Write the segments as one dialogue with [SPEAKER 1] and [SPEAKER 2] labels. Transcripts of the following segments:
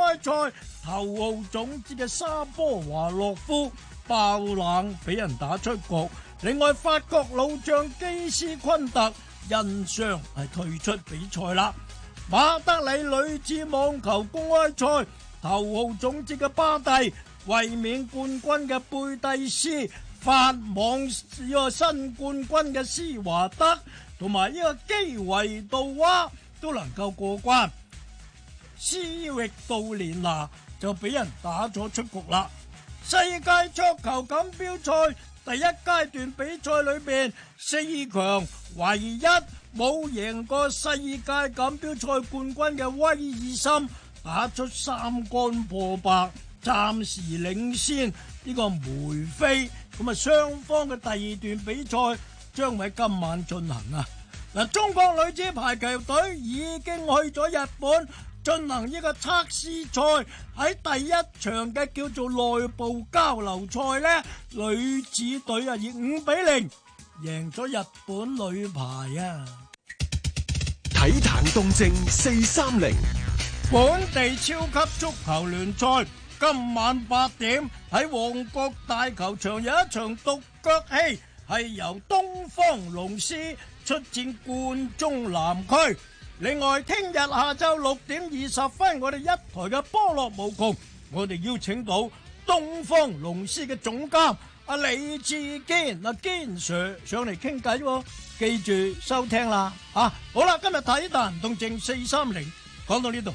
[SPEAKER 1] 賽頭號種子嘅沙波華洛夫爆冷俾人打出局。另外，法國老將基斯昆特因傷係退出比賽啦。馬德里女子網球公開賽頭號種子嘅巴蒂衛冕冠軍嘅貝蒂斯法網呢個新冠軍嘅施華德同埋呢個基維杜娃都能夠過關，斯域杜連娜就俾人打咗出局啦。世界桌球錦標賽第一階段比賽裏邊，四強唯一冇贏過世界錦標賽冠軍嘅威爾森打出三杆破百，暫時領先呢個梅飛。咁啊，雙方嘅第二段比賽將喺今晚進行啊！嗱，中國女子排球隊已經去咗日本進行呢個測試賽，喺第一場嘅叫做內部交流賽呢，女子隊啊以五比零贏咗日本女排啊！
[SPEAKER 2] 體壇動靜四三零，
[SPEAKER 1] 本地超級足球聯賽今晚八點喺旺角大球場有一場獨腳戲，係由東方龍獅出戰冠忠南區。另外，聽日下晝六點二十分，我哋一台嘅波樂無窮，我哋邀請到東方龍獅嘅總監阿李志堅阿堅 Sir 上嚟傾偈喎，記住收聽啦嚇！好啦，今日體壇動靜四三零講到呢度，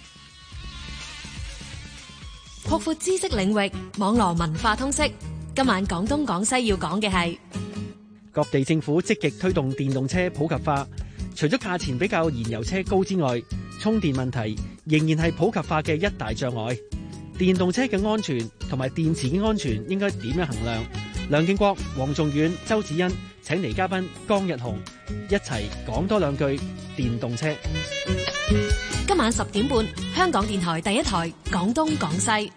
[SPEAKER 3] 擴闊知識領域，網絡文化通識。今晚廣東廣西要講嘅係
[SPEAKER 4] 各地政府積極推動電動車普及化。除咗價錢比較燃油車高之外，充電問題仍然係普及化嘅一大障礙。電動車嘅安全同埋電池嘅安全應該點樣衡量？梁敬國、黃仲遠、周子欣請嚟嘉賓江日雄一齊講多兩句電動車。
[SPEAKER 3] 今晚十點半，香港電台第一台廣東廣西。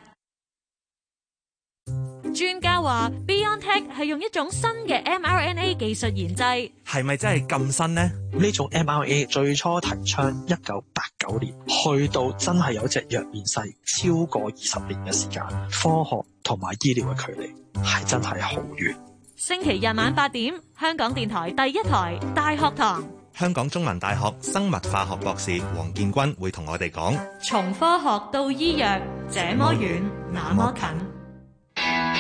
[SPEAKER 5] 專家話，BioNTech 係用一種新嘅 mRNA 技術研製，
[SPEAKER 6] 係咪真係咁新呢？
[SPEAKER 7] 呢種 mRNA 最初提倡一九八九年，去到真係有隻藥面世超過二十年嘅時間，科學同埋醫療嘅距離係真係好遠。
[SPEAKER 5] 星期日晚八點，香港電台第一台大學堂，
[SPEAKER 8] 香港中文大學生物化學博士黃建軍會同我哋講：
[SPEAKER 5] 從科學到醫藥，這麼遠，那麼近。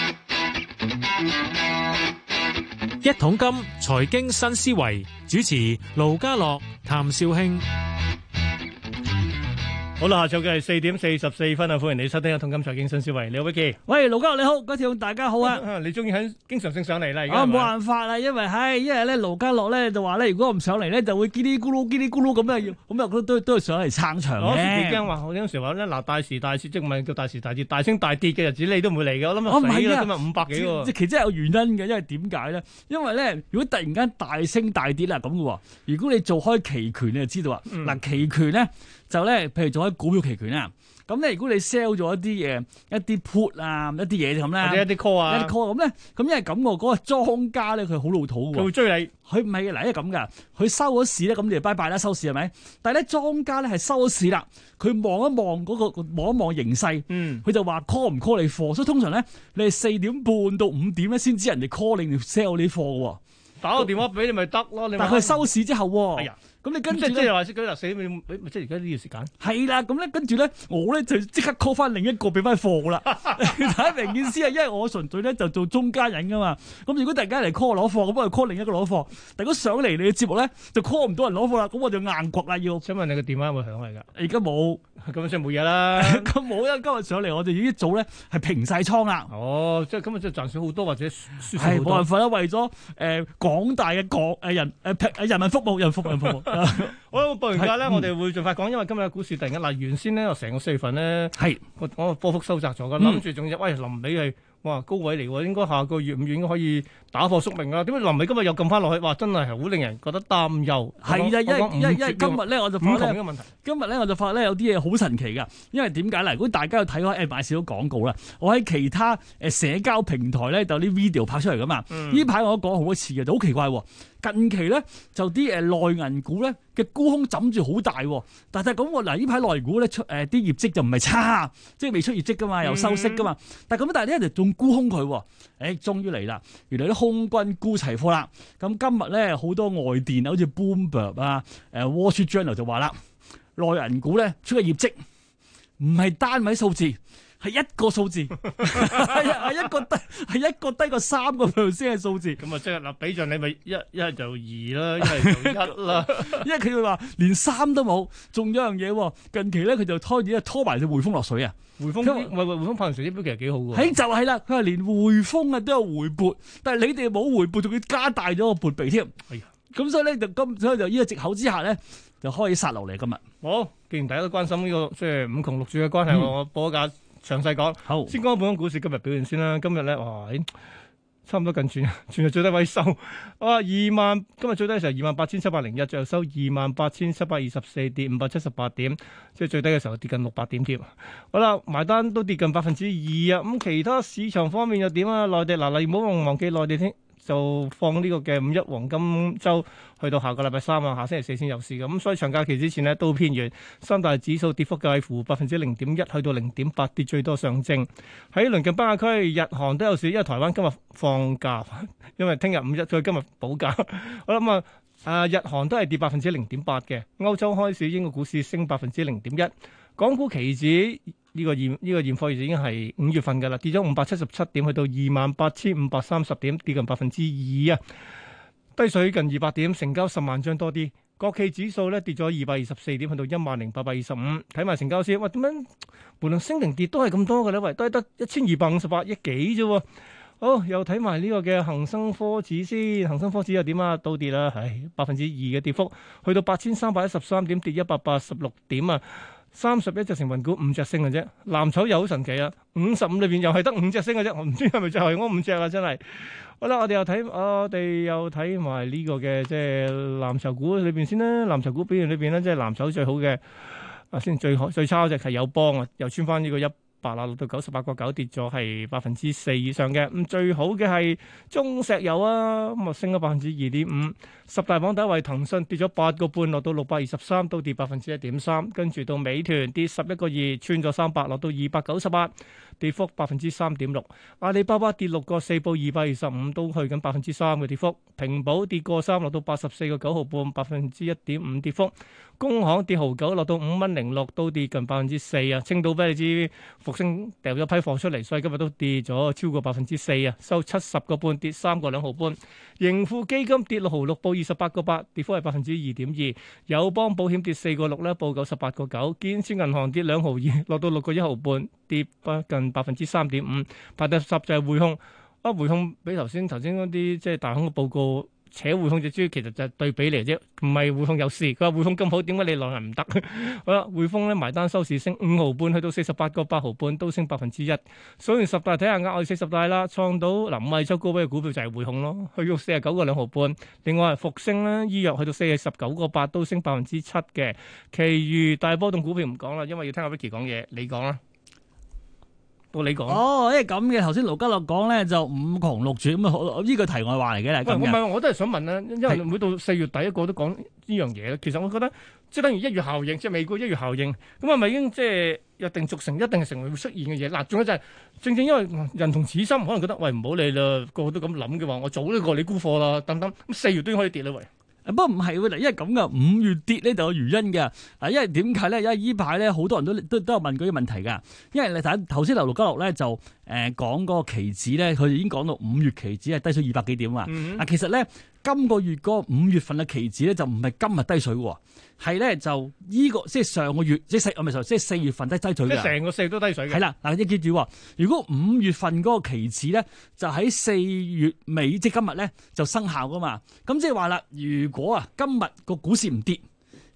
[SPEAKER 9] 一桶金財經新思維主持盧家樂、譚紹興，
[SPEAKER 10] 好啦，下晝嘅係四點四十四分啊！歡迎你收聽《一桶金財經新思維》，你好 Vicky，
[SPEAKER 11] 喂，盧家樂你好，嗰條大家好啊！
[SPEAKER 10] 你終於喺經常性上嚟啦， 而
[SPEAKER 11] 家冇辦法啦，因為唉，因為咧盧家樂咧就話咧，如果我唔上嚟咧，就會嘰哩咕嚕嘰哩咕嚕咁啊，要咁啊都都都要上嚟撐場
[SPEAKER 10] 我幾驚話，我有時話咧嗱，大時大節即唔係叫大時大節，大升大跌嘅日子你都唔會嚟嘅，我諗
[SPEAKER 11] 哦
[SPEAKER 10] 啊死啦，今日五百幾喎！
[SPEAKER 11] 即其實有原因嘅，因為點解咧？因為咧，如果突然間大升大跌啊啦咁嘅喎，如果你做開期權，你就知道啊。
[SPEAKER 10] 嗯
[SPEAKER 11] 嗱，期權咧就咧，譬如做開股票期權啦。咁咧，如果你 sell 咗一啲誒一啲 put 啊，一啲嘢咁啦，
[SPEAKER 10] 或者一啲 call 啊，
[SPEAKER 11] 一啲 call 咁咧，咁因為咁喎，嗰個莊家咧佢好老土喎，
[SPEAKER 10] 佢會追你，
[SPEAKER 11] 佢唔係嘅，嗱，因為咁噶，佢收咗市咧，咁你就拜拜啦，收市係咪？但係咧，莊家咧係收咗市啦，佢望一望嗰個望一望形勢，嗯，佢就話 call 唔 call 你貨，所以通常咧，你係四點半到五點咧先知人哋 call 你 sell 你貨喎。
[SPEAKER 10] 打個電話俾你咪得咯，你
[SPEAKER 11] 但佢收市之後喎，咁、哎、你跟住
[SPEAKER 10] 即係話即係死你，即係而家呢段時間
[SPEAKER 11] 係啦，咁咧跟住咧，我咧就即刻 call 翻另一個俾翻貨 啦。睇明件事啊，因為我純粹咧就做中間人噶嘛。咁如果突然間嚟 call 攞貨，咁我 call 另一個攞貨。但如果上嚟你嘅節目咧就 call 唔到人攞貨啦，咁我就硬掘啦要。
[SPEAKER 10] 請問你個電話有冇響 嚟㗎？
[SPEAKER 11] 而家冇，
[SPEAKER 10] 咁即係冇嘢啦。
[SPEAKER 11] 咁冇因為今日上嚟我哋一早咧係平晒倉啦。
[SPEAKER 10] 哦，即係今日即係賺少好多或者輸
[SPEAKER 11] 啊係冇辦法啦，為咗誒。呃廣大嘅國誒人
[SPEAKER 10] 嗯
[SPEAKER 11] 誒人民服務，人服人服 務。
[SPEAKER 10] 好啦，啊報完價
[SPEAKER 11] 嗯
[SPEAKER 10] 咧，我哋會盡快講，因為今日嘅股市突然間嗱，原先咧成個四月份咧，
[SPEAKER 11] 係
[SPEAKER 10] 我我波幅收窄咗㗎，諗住仲有喂臨尾係哇高位嚟喎，應該下個月五月應該可以打破宿命啊！點解臨尾今日又撳翻落去？哇，真係好令人覺得擔憂。
[SPEAKER 11] 係啊，因因因為今日咧我就發覺
[SPEAKER 10] 咧，
[SPEAKER 11] 今日咧我就發覺咧有啲嘢好神奇㗎，因為點解咧？如果大家有睇開誒買少咗廣告啦，我喺其他誒社交平台咧就有啲 video 拍出嚟㗎嘛。呢排我都講好多次嘅，就好奇怪喎。近期咧就啲誒內銀股咧嘅沽空枕住好大喎，但係咁我嗱呢排內銀股咧出誒啲業績就唔係差，即係未出業績噶嘛，又收息噶嘛，但係咁但係咧就仲沽空佢喎，誒終於嚟啦，原來啲空軍沽齊貨啦，咁今日咧好多外電好似 Bloomberg 啊、誒 Wall Street Journal 就話啦，內銀股咧出嘅業績唔係單位數字。係一個數字， 係係一個低，係一個低過三個 percent 嘅數字。
[SPEAKER 10] 咁啊，即係嗱，俾盡你咪一一係就二啦，一係就 一啦。
[SPEAKER 11] 因為佢會話連三都冇，仲有一樣嘢喎。近期咧，佢就開始拖埋只匯豐落水啊！
[SPEAKER 10] 匯豐啲喂喂，匯豐派完成績表其實幾好
[SPEAKER 11] 喺
[SPEAKER 10] 喎。
[SPEAKER 11] 就係啦，佢話連匯豐啊都有回撥，但係你哋冇回撥，仲要加大咗個撥備添。
[SPEAKER 10] 哎呀
[SPEAKER 11] 咁所以咧就今所以就呢個藉口之下咧，就開始殺落嚟今日。
[SPEAKER 10] 好，既然大家都關心呢、個即係五窮六絕嘅關係，
[SPEAKER 11] 嗯
[SPEAKER 10] 我報一價詳細講。
[SPEAKER 11] 好，
[SPEAKER 10] 先講本港股市今日表現先啦。今日咧，哇，咦差唔多近全 全日最低位收，哇，二萬今日最低嘅時候二萬八千七百零一，最後收二萬八千七百二十四，跌五百七十八點，即係最低嘅時候跌近六百點添。好啦，埋單都跌近百分之二啊。咁其他市場方面又點啊？內地嗱，你唔好忘忘記內地聽。就放呢個嘅五一黃金周，去到下個禮拜三啊，下星期四先有事嘅，咁所以長假期之前呢，都偏軟，三大指數跌幅介乎百分之零點一去到零點八，跌最多上證。喺鄰近北亞區，日韓都有事，因為台灣今日放假，因為聽日五一，再今日補假。我諗啊，啊日韓都係跌百分之零點八嘅。歐洲開市，英國股市升百分之零點一。港股期指呢、個現呢、個現貨月已經係五月份㗎啦，跌咗五百七十七點，去到二萬八千五百三十點，跌近百分之二啊，低水近二百點，成交十萬張多啲。國企指數咧跌咗二百二十四點，去到一萬零八百二十五。睇埋成交先，喂點樣？無論升定跌都係咁多嘅咧，喂，都係得一千二百五十八億幾啫喎。好，又睇埋呢個嘅恒生科指先，恒生科指又點啊？倒跌啦，唉，百分之二嘅跌幅，去到八千三百一十三點，跌一百八十六點啊。三十一隻成分股五隻升嘅啫，藍籌又好神奇啊！五十五裏邊又係得五隻升嘅啫，我唔知係咪就係嗰五隻啦，真係。好啦，我哋又睇，我哋又睇埋呢個嘅即係藍籌股裏邊先啦。藍籌股表現裏邊咧，即係藍籌最好嘅啊，先最好最差嗰隻係友邦啊，又穿翻呢個一百啦，落到九十八個九，跌咗係百分之四以上嘅。咁最好嘅係中石油啊，咁啊升咗百分之二點五。十大榜第一位騰訊跌咗八個半，落到六百二十三，都跌百分之一點三。跟住到美團跌十一個二，穿咗三百，落到二百九十八，跌幅百分之三點六。阿里巴巴跌六個四，報二百二十五，都去緊百分之三嘅跌幅。平保跌個三，落到八十四個九毫半，百分之一點五跌幅。工行跌毫九，落到五蚊零六，都跌近百分之四啊。青島啤你知復星掉咗批貨出嚟，所以今日都跌咗超過百分之四啊，收七十個半，跌三個兩毫半。盈富基金跌六毫六，報二十八個八，跌幅係百分之二點二。友邦保險跌四個六咧，報九十八個九。建設銀行跌兩毫二，落到六個一毫半，跌近百分之三點五。排第十就係匯控，啊匯控比頭先頭先嗰啲即係大行嘅報告扯匯控隻豬，其實就係對比嚟啫，唔係匯控有事。佢話匯控咁好，點解你內銀唔得？ 好啦，匯豐咧埋單收市升五毫半，去到四十八個八毫半，都升百分之一。數完十大睇下額外四十大啦，創到臨米周高位嘅股票就係匯控咯，去到四十九個兩毫半。另外復星咧，醫藥去到四十九個八，都升百分之七嘅。其餘大波動股票唔講啦，因為要聽阿 Vicky 講嘢，你講啦，到你講。
[SPEAKER 11] 哦，因為咁嘅頭先盧家樂講咧就五窮六絕咁啊，呢個題外話嚟嘅啦。
[SPEAKER 10] 喂，
[SPEAKER 11] 咁
[SPEAKER 10] 我唔
[SPEAKER 11] 嘅
[SPEAKER 10] 係，我都係想問咧，因為每到四月底一個都講呢樣嘢咧。其實我覺得即係等於一月效應，即係美國一月效應，咁係咪已經即係約定俗成，一定係成為會出現嘅嘢？嗱，仲有就係、正正因為人同此心，可能覺得喂唔好理啦，個個都咁諗嘅話，我早都過你沽貨啦，等等。咁四月都已經可以跌啦，喂。
[SPEAKER 11] 不過唔係喎，嗱，因為咁嘅五月跌咧就有原因嘅。嗱，因為點解咧？因為依排咧好多人都都都有問佢啲問題㗎。因為你睇頭先劉陸家樂咧就誒講嗰個期指咧，佢已經講到五月期指係低水二百幾點啊。嗱，其實咧今個月嗰個五月份嘅期指咧就唔係今日低水喎，係咧就依個即係上個月即係四我咪係即係四月份低低水
[SPEAKER 10] 即係
[SPEAKER 11] 㗎。
[SPEAKER 10] 成個四月都低水嘅。
[SPEAKER 11] 係啦，嗱，你記住喎，如果五月份嗰個期指咧，就喺四月尾，即係今日咧就生效噶嘛。咁即係話啦，如果啊今日個股市唔跌，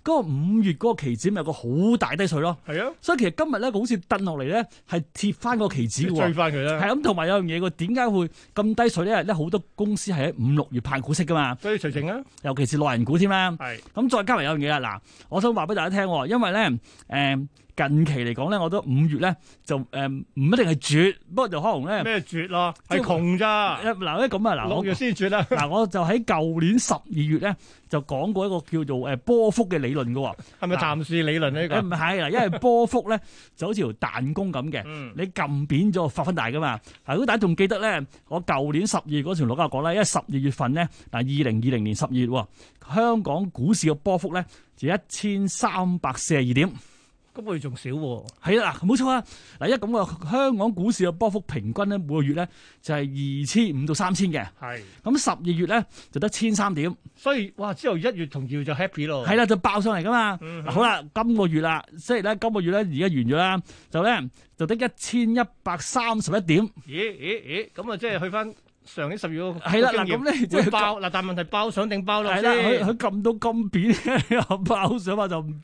[SPEAKER 11] 嗰、個五月嗰個期指咪有個好大低水咯。
[SPEAKER 10] 係啊，
[SPEAKER 11] 所以其實今日咧，佢好似掟落嚟咧，係貼翻個期指
[SPEAKER 10] 追
[SPEAKER 11] 喎。
[SPEAKER 10] 翻佢啦。
[SPEAKER 11] 係咁，同埋有樣嘢喎，點解會咁低水咧？咧好多公司係喺五六月派股息噶嘛，
[SPEAKER 10] 所以除淨啊，
[SPEAKER 11] 尤其是內銀股添啦。
[SPEAKER 10] 係
[SPEAKER 11] 咁再加埋有樣嘢啦，嗱，我想話俾大家聽喎，因為咧，誒、近期嚟講咧，我覺得五月咧就誒唔一定係絕，不過就可能咧
[SPEAKER 10] 咩絕咯？
[SPEAKER 11] 即
[SPEAKER 10] 係
[SPEAKER 11] 係
[SPEAKER 10] 窮咋？
[SPEAKER 11] 誒嗱咧咁啊嗱，
[SPEAKER 10] 六
[SPEAKER 11] 我
[SPEAKER 10] 月先絕啦。
[SPEAKER 11] 嗱我就喺舊年十二月咧就講過一個叫做誒波幅嘅理論嘅喎，
[SPEAKER 10] 係咪暫時理論呢
[SPEAKER 11] 誒
[SPEAKER 10] 個
[SPEAKER 11] 唔？係嗱，因為波幅咧就好似條彈弓咁嘅。
[SPEAKER 10] 嗯，
[SPEAKER 11] 你撳扁咗發分大噶嘛？嗱，如果大家仲記得咧，我舊年十二月嗰條錄音講咧，因為十二月份咧，嗱二零二零年十二月喎，香港股市嘅波幅咧就一千三百四十二點，
[SPEAKER 10] 今個月仲少喎。
[SPEAKER 11] 係啦，嗱冇錯啊！嗱，一咁啊，香港股市嘅波幅平均咧每個月咧就係二千五到三千嘅，
[SPEAKER 10] 係，
[SPEAKER 11] 咁十二月咧就得千三點，
[SPEAKER 10] 所以哇，之後一月同二月就 happy 咯。
[SPEAKER 11] 係啦就爆上嚟噶嘛。
[SPEAKER 10] 嗯
[SPEAKER 11] 嗱，好啦，今個月啦，即係咧今個月咧而家完咗啦，就咧就得一千一百三十一點，
[SPEAKER 10] 咦咦咦，咁啊，即係去翻上年十月嗰個
[SPEAKER 11] 係啦嗱，
[SPEAKER 10] 經驗
[SPEAKER 11] 咁咧即
[SPEAKER 10] 會
[SPEAKER 11] 係
[SPEAKER 10] 爆嗱，但係問題爆上定爆落
[SPEAKER 11] 係
[SPEAKER 10] 先？
[SPEAKER 11] 啦，佢佢撳到咁 扁，又爆上話就唔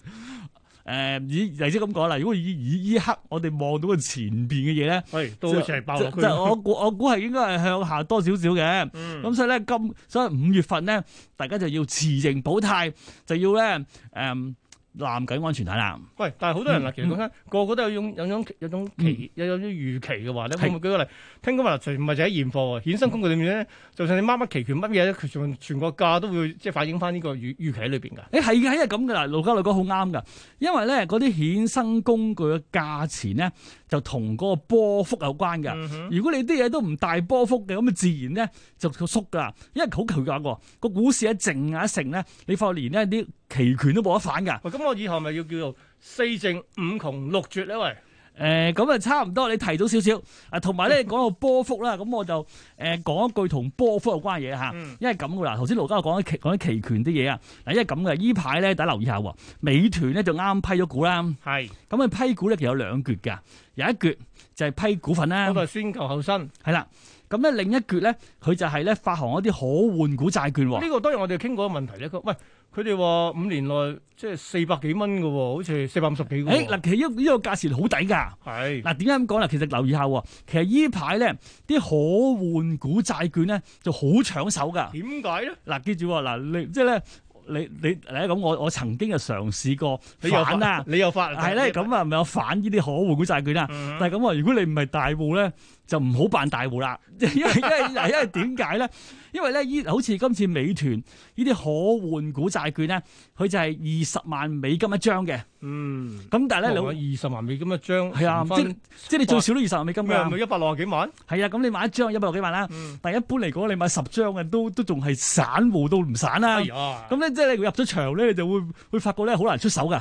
[SPEAKER 11] 誒以嚟即咁講啦。如果以以依刻我哋望到嘅前邊嘅嘢咧，
[SPEAKER 10] 喂，都好似係爆落
[SPEAKER 11] 就
[SPEAKER 10] 區。
[SPEAKER 11] 就我估我估係應該係向下多少少嘅。
[SPEAKER 10] 嗯
[SPEAKER 11] 咁所以咧，今所以五月份咧，大家就要持盈保泰，就要咧誒攬緊安全帶啦。
[SPEAKER 10] 喂，但係好多人嗱，啊
[SPEAKER 11] 嗯
[SPEAKER 10] 其實講真，個個都有種有種有種期有有種預期嘅話咧，會唔會舉個例？聽講話除唔係就喺現貨喎，衍生工具裏面咧，就算你孖乜期權乜嘢咧，佢仲全個價都會即係反映翻呢個預預期喺裏邊㗎。
[SPEAKER 11] 誒係嘅，係咁嘅啦，盧家女哥好啱噶，因為咧嗰啲衍生工具嘅價錢咧就同嗰個波幅有關嘅。如果你啲嘢都唔大波幅嘅，咁啊自然咧就縮㗎啦。因為好奇怪喎，個股市一靜啊一成咧，你發覺連呢啲期權都冇得反㗎。
[SPEAKER 10] 喂，咁我以後咪要叫做四正五窮六絕咧？喂，
[SPEAKER 11] 誒咁啊差唔多，你提到少少啊，同埋咧講到波幅啦，咁我就誒、講一句同波幅有關嘅嘢嚇，
[SPEAKER 10] 嗯
[SPEAKER 11] 因為咁噶啦。頭先盧家講啲期講啲期權啲嘢啊，嗱，因為咁嘅，依排咧大家留意下喎，美團咧就啱批咗股啦。
[SPEAKER 10] 係，
[SPEAKER 11] 咁佢批股咧，其實有兩橛㗎，有一橛就係批股份啦
[SPEAKER 10] 我，都係先求後身。
[SPEAKER 11] 係啦。咁咧另一橛咧，佢就係咧發行一啲可換股債券喎。
[SPEAKER 10] 呢個當然我哋傾過個問題咧。佢喂，佢哋話五年內即係四百幾蚊嘅喎，好似四百五十幾
[SPEAKER 11] 誒
[SPEAKER 10] 嘅喎。
[SPEAKER 11] 嗱，其實呢呢個價錢好抵㗎。
[SPEAKER 10] 係
[SPEAKER 11] 嗱，點解咁講啦？其實留意下喎，其實依排咧啲可換股債券咧就好搶手㗎。
[SPEAKER 10] 點解咧？
[SPEAKER 11] 嗱，記住喎，嗱，你即係咧，你你你咁，我我曾經就嘗試過
[SPEAKER 10] 你又
[SPEAKER 11] 反啦，
[SPEAKER 10] 你又發
[SPEAKER 11] 啊係咧，咁啊，咪有反呢啲可換股債券啦。
[SPEAKER 10] 嗯
[SPEAKER 11] 但係咁啊喎，如果你唔係大戶咧，就唔好扮大戶啦， 因為因為因為點解咧？因為咧，依好似今次美團呢啲可換股債券咧，佢就係二十萬美金一張嘅，
[SPEAKER 10] 嗯。
[SPEAKER 11] 咁但係咧你好。
[SPEAKER 10] 二十萬美金一張，
[SPEAKER 11] 係啊，即即係你最少都二十萬美金
[SPEAKER 10] 咁啊，咪
[SPEAKER 11] 㗎，
[SPEAKER 10] 一百六十幾萬？
[SPEAKER 11] 係啊，咁你買一張一百六幾萬啦，
[SPEAKER 10] 嗯，
[SPEAKER 11] 但係一般嚟講，你買十張嘅都都仲係散戶都唔散啦
[SPEAKER 10] 哎。呀，咁
[SPEAKER 11] 咁啊咧，即係你入咗場咧，你就會會發覺咧，好難出手㗎，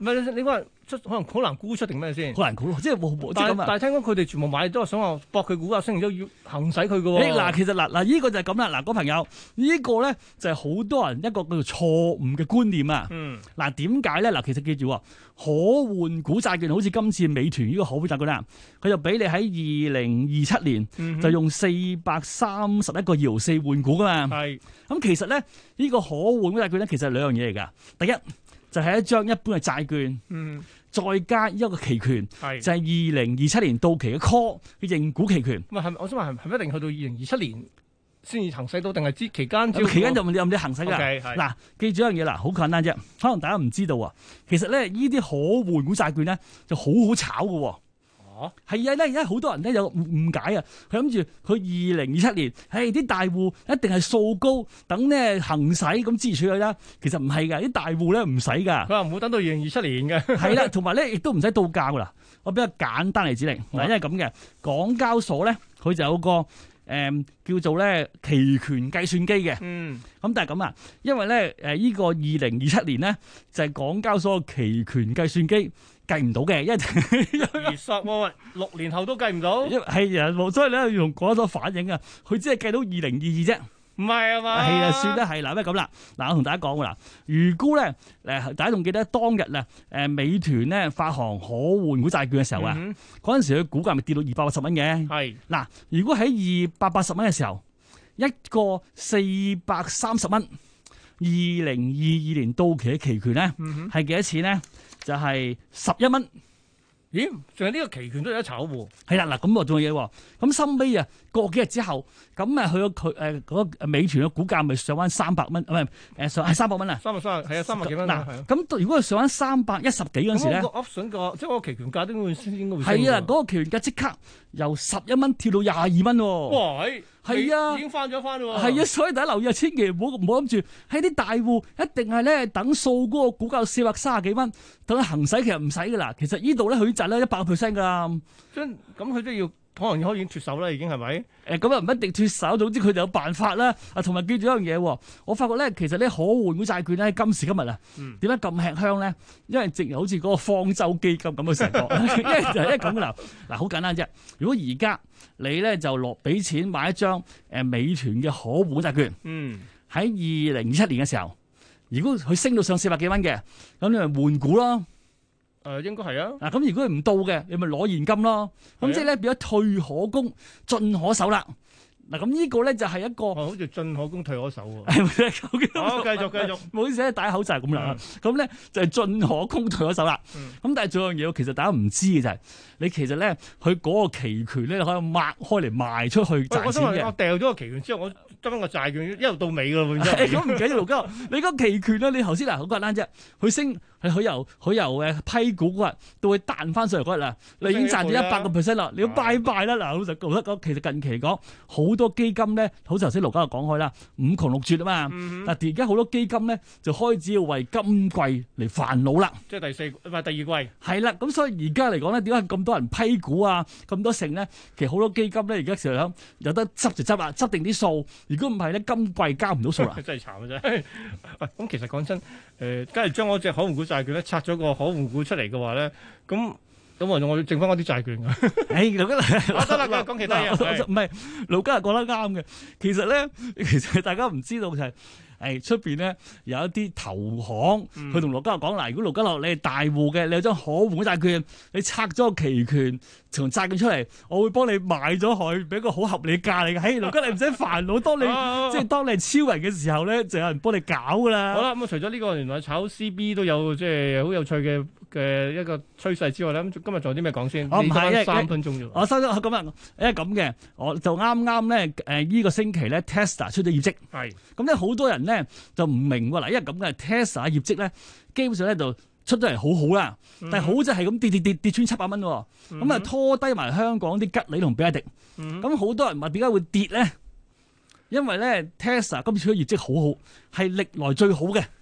[SPEAKER 10] 唔係你話出可能好難估出定咩先？
[SPEAKER 11] 好難估，即係冇冇即係
[SPEAKER 10] 但
[SPEAKER 11] 咁
[SPEAKER 10] 係
[SPEAKER 11] 啊。
[SPEAKER 10] 但係聽講佢哋全部買都係想話博佢股價升，然之後要行使佢
[SPEAKER 11] 誒
[SPEAKER 10] 嘅喎。
[SPEAKER 11] 嗱，其實嗱嗱，呢個就係咁啦。嗱，個朋友，呢個咧就係好多人一個叫做錯誤嘅觀念啊。
[SPEAKER 10] 嗯，
[SPEAKER 11] 嗱，點解咧？嗱，其實記住喎，可換股債券好似今次美團呢個可換債券啦，佢就俾你喺二零二七年
[SPEAKER 10] 嗯
[SPEAKER 11] 就用四百三十一個搖四換股噶嘛。
[SPEAKER 10] 係
[SPEAKER 11] 咁其實咧，呢個可換股債券咧，其實係兩樣嘢嚟㗎。第一就係一張一般嘅債券，
[SPEAKER 10] 嗯
[SPEAKER 11] 再加一個期權，
[SPEAKER 10] 係。
[SPEAKER 11] 就係二零二七年到期嘅 call 嘅認股期權。
[SPEAKER 10] 咁啊，係咪我想問係係咪一定去到二零二七年先至行使到，定係之期間只要？
[SPEAKER 11] 咁期間就唔有唔知行使㗎。
[SPEAKER 10] OK，係
[SPEAKER 11] 嗱，記住一樣嘢啦，好簡單啫。可能大家唔知道啊，其實咧呢啲可換股債券咧就好好炒嘅喎。
[SPEAKER 10] 哦
[SPEAKER 11] 係啊，咧而家好多人咧有誤解啊，佢諗住佢二零二七年，唉啲大戶一定係數高等咧行使咁支持佢啦。其實唔係㗎，啲大戶咧唔使㗎
[SPEAKER 10] 佢，話唔好等到二零二七年嘅。
[SPEAKER 11] 係啦，同埋咧亦都唔使到價㗎啦。我比較簡單例子
[SPEAKER 10] 啊
[SPEAKER 11] 嚟，嗱，因為咁嘅港交所咧，佢就有個誒、叫做咧期權計算機嘅。
[SPEAKER 10] 嗯，
[SPEAKER 11] 咁但係咁啊，因為咧誒依個二零二七年咧就係、港交所嘅期權計算機計唔到嘅，因為
[SPEAKER 10] 二十喂喂，六年後都計唔到，
[SPEAKER 11] 因為係啊，所以咧要同港交所反映啊，佢只係計到二零二二 啫，
[SPEAKER 10] 唔係啊嘛？
[SPEAKER 11] 係啊，算啦係啦，咩咁啦，嗱我同大家講㗎啦，預估咧誒大家仲記得當日啊誒美團咧發行可換股債券嘅時候啊，
[SPEAKER 10] 嗯
[SPEAKER 11] 嗰陣、時佢股價咪跌到二百八十蚊嘅
[SPEAKER 10] 哼，，係
[SPEAKER 11] 嗱如果喺二百八十蚊嘅時候，一個四百三十蚊，二零二二年到期嘅期權咧。
[SPEAKER 10] 嗯哼，
[SPEAKER 11] 係幾多錢咧？就係十一蚊，
[SPEAKER 10] 咦，仲係呢個期權都有得炒喎。
[SPEAKER 11] 係啦，嗱咁我仲有嘢喎。咁收尾啊，過幾日之後，咁誒佢個佢誒嗰個美團嘅股價咪上翻三百蚊，唔係誒上係三百蚊啊。
[SPEAKER 10] 三百三十係啊，三百幾蚊啊
[SPEAKER 11] 嗱，
[SPEAKER 10] 係啊
[SPEAKER 11] 咁如果佢上翻三百一十幾嗰陣時咧
[SPEAKER 10] 咁，我個 option 個即係我個期權價都會先應該會升
[SPEAKER 11] 係啊，
[SPEAKER 10] 喎
[SPEAKER 11] 嗰個期權價即刻由十一蚊跳到廿二蚊喎。
[SPEAKER 10] 哇，係
[SPEAKER 11] 係啊
[SPEAKER 10] 已經翻咗翻喎。
[SPEAKER 11] 係啊，所以大家留意啊，千祈唔好唔好諗住喺啲大戶一定係咧等數嗰個股價四百三十幾蚊，等佢行使其實唔使噶啦。其實呢度咧佢賺咧一百 percent 噶啦。
[SPEAKER 10] 真咁佢都要可能可以已經脱手啦，已經係咪？
[SPEAKER 11] 誒咁又唔一定脱手，總之佢哋有辦法啦。啊，同埋記住一樣嘢喎，我發覺咧，其實咧可換股債券咧，今時今日啊，點解咁吃香咧？因為正如好似嗰個方舟基金咁嘅成個，因為就係因為咁嘅啦。嗱，好簡單啫。如果而家你咧就落俾錢買一張誒美團嘅可換股債券，
[SPEAKER 10] 嗯，
[SPEAKER 11] 喺二零二七年嘅時候，如果佢升到上四百幾蚊嘅，咁你咪換股咯。
[SPEAKER 10] 誒應該係啊。
[SPEAKER 11] 嗱，咁如果佢唔到嘅，你咪攞現金咯。
[SPEAKER 10] 係
[SPEAKER 11] 咁
[SPEAKER 10] 啊
[SPEAKER 11] 即係咧變咗退可攻，進可守啦。嗱，咁呢個咧就係一 個
[SPEAKER 10] 哦，好似進可攻退可守 喎。
[SPEAKER 11] 係咪咧？究竟
[SPEAKER 10] 好，繼續繼續。
[SPEAKER 11] 唔好意思咧，戴口罩係咁啦。咁咧就係進可攻退可守啦。
[SPEAKER 10] 嗯
[SPEAKER 11] 咁但係仲有樣嘢，其實大家唔知嘅就係，你其實咧佢嗰個期權咧，你可以擘開嚟賣出去
[SPEAKER 10] 喂
[SPEAKER 11] 賺
[SPEAKER 10] 我
[SPEAKER 11] 錢
[SPEAKER 10] 想話我
[SPEAKER 11] 嘅。
[SPEAKER 10] 掉咗個期權之後，我執翻個債券一路到尾 㗎
[SPEAKER 11] 係
[SPEAKER 10] 啦，變咗
[SPEAKER 11] 哎咁唔緊要，盧哥，你嗰個期權啊咧，你頭先嗱好簡單啫，佢升，係佢由佢由誒批股嗰日到佢彈翻上嚟嗰日啦，你已啊經賺咗一百個 percent 啦，你要拜拜啦！嗱，老實老實講，其實近期講好多基金咧，好似頭先盧家又講開啦，五窮六絕啊嘛。
[SPEAKER 10] 嗯哼，
[SPEAKER 11] 嗱，而家好多基金咧就開始要為今季嚟煩惱啦，
[SPEAKER 10] 嗯即係第四唔係第二季。。
[SPEAKER 11] 係啦，咁所以而家嚟講咧，點解咁多人批股啊，咁多剩咧？其實好多基金咧，而家成日諗有得執就執啦，執定啲數。如果唔係咧，今季交唔到數 啦
[SPEAKER 10] 真係慘啊！真係。喂咁其實講真，誒、呃假如將我只可換股債券咧拆咗個可換股出嚟嘅話咧，咁咁啊我我剩翻嗰啲債券 㗎。
[SPEAKER 11] 誒，盧家
[SPEAKER 10] 我 得啦，講其他嘢。係
[SPEAKER 11] 啊 唔係盧家講得啱嘅。其實咧， 其實大家唔知道就係、誒出邊咧有一啲投行，
[SPEAKER 10] 嗯
[SPEAKER 11] 佢同盧家樂講嗱，如果盧家樂你係大戶嘅，你有張可換嘅債券，你拆咗個期權從債券出嚟，我會幫你買咗佢，俾個好合理價你嘅。哎嘿，盧家你唔使煩惱，當你
[SPEAKER 10] 啊
[SPEAKER 11] 即係當你係超人嘅時候咧，就有人幫你搞噶啦。
[SPEAKER 10] 好啦，咁啊，除咗呢個原來炒 CB 都有即係好有趣嘅嘅一個趨勢之外咧，咁今日仲有啲咩講先？
[SPEAKER 11] 哦唔係
[SPEAKER 10] 你得返
[SPEAKER 11] 一
[SPEAKER 10] 三分鐘啫喎。
[SPEAKER 11] 我收咗咁啊，因為咁嘅，我就啱啱咧誒呢個星期咧 Tesla 出咗業績。
[SPEAKER 10] 係
[SPEAKER 11] 咁咧好多人咧就唔明喎，嗱，因為咁嘅 Tesla 業績咧，基本上咧就出咗嚟好好啦，
[SPEAKER 10] 嗯
[SPEAKER 11] 但係好就係咁跌跌跌跌穿七百蚊喎，咁啊拖低埋香港啲吉利同比亞迪，
[SPEAKER 10] 嗯
[SPEAKER 11] 咁好多人話點解會跌咧？因為咧 Tesla 今次嘅業績好好，係歷來最好嘅，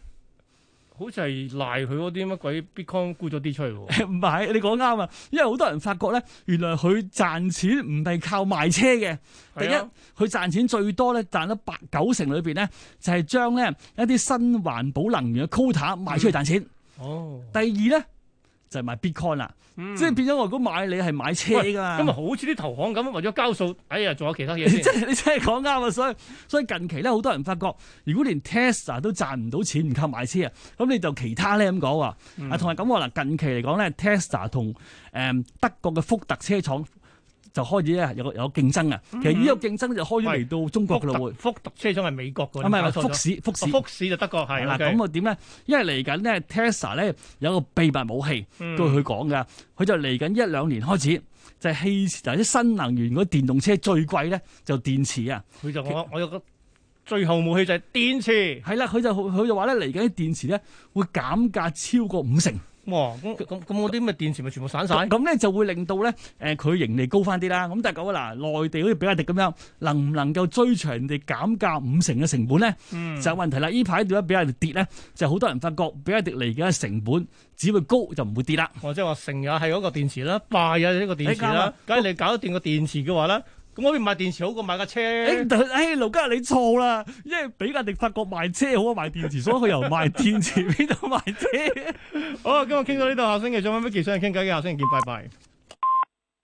[SPEAKER 10] 好似係賴佢嗰啲乜鬼 Bitcoin 沽咗啲出去喎。
[SPEAKER 11] 唔係你講啱啊，因為好多人發覺咧，原來佢賺錢唔係靠賣車嘅。第一
[SPEAKER 10] 係啊，
[SPEAKER 11] 佢賺錢最多咧，賺得八九成裏邊咧，就係將咧一啲新環保能源嘅 quota 賣出去賺錢。
[SPEAKER 10] 哦，
[SPEAKER 11] 第二咧就係買 Bitcoin 啦，即係變咗我如果買你係買車
[SPEAKER 10] 嗯喂
[SPEAKER 11] 噶嘛。
[SPEAKER 10] 咁啊，好似啲投行咁，為咗交數，哎呀，仲有其他 嘢
[SPEAKER 11] 你
[SPEAKER 10] 先。
[SPEAKER 11] 真係你真係講啱啊！所以所以近期咧，好多人發覺，如果連 Tesla 都賺唔到錢，唔靠買車啊，咁你就其他咧咁講啊。
[SPEAKER 10] 嗯
[SPEAKER 11] 啊，同埋咁喎嗱，近期嚟講咧，Tesla 同誒德國嘅福特車廠就開始咧有個有競爭啊。其實呢個競爭就開始嚟到中國
[SPEAKER 10] 嗯福
[SPEAKER 11] 噶啦會
[SPEAKER 10] 特，福特車廠係美國㗎，
[SPEAKER 11] 啊唔係唔係
[SPEAKER 10] 搞錯咗
[SPEAKER 11] 福士福士
[SPEAKER 10] 哦福士就德國係
[SPEAKER 11] 係啦。
[SPEAKER 10] OK
[SPEAKER 11] 咁啊點咧？因為嚟緊咧 Tesla 咧有個秘密武器。
[SPEAKER 10] 嗯
[SPEAKER 11] 據佢講噶，佢就嚟緊一兩年開始，就係汽就係啲新能源嗰啲電動車最貴咧，就電池啊，
[SPEAKER 10] 佢就我我有個最後武器就係電池。
[SPEAKER 11] 係啦，佢就佢就話咧嚟緊啲電池咧會減價超過五成，
[SPEAKER 10] 哇！咁咁咁，我啲咁嘅電池咪全部散晒。
[SPEAKER 11] 咁咁咧就會令到咧誒佢盈利高翻啲啦。咁但係講嗱，內地好似比亞迪咁樣，能唔能夠追長人哋減價五成嘅成本咧，
[SPEAKER 10] 嗯
[SPEAKER 11] 就有問題啦。呢排點解比亞迪跌咧？就好多人發覺比亞迪嚟緊嘅成本只會高就唔會跌啦。
[SPEAKER 10] 或者話成日係嗰個電池啦，敗又係呢個電池
[SPEAKER 11] 你啱
[SPEAKER 10] 啦
[SPEAKER 11] 啊。
[SPEAKER 10] 梗係你搞掂個電池嘅話咧，咁我邊買電池好過買架車。
[SPEAKER 11] 誒，但係誒，盧家你錯啦，因為比亞迪發覺賣車好啊，賣電池，所以佢由賣電池 變到賣車。
[SPEAKER 10] 好，今日傾到呢度，下星期再揾 Vicky 上嚟傾偈嘅，下星期見，拜拜。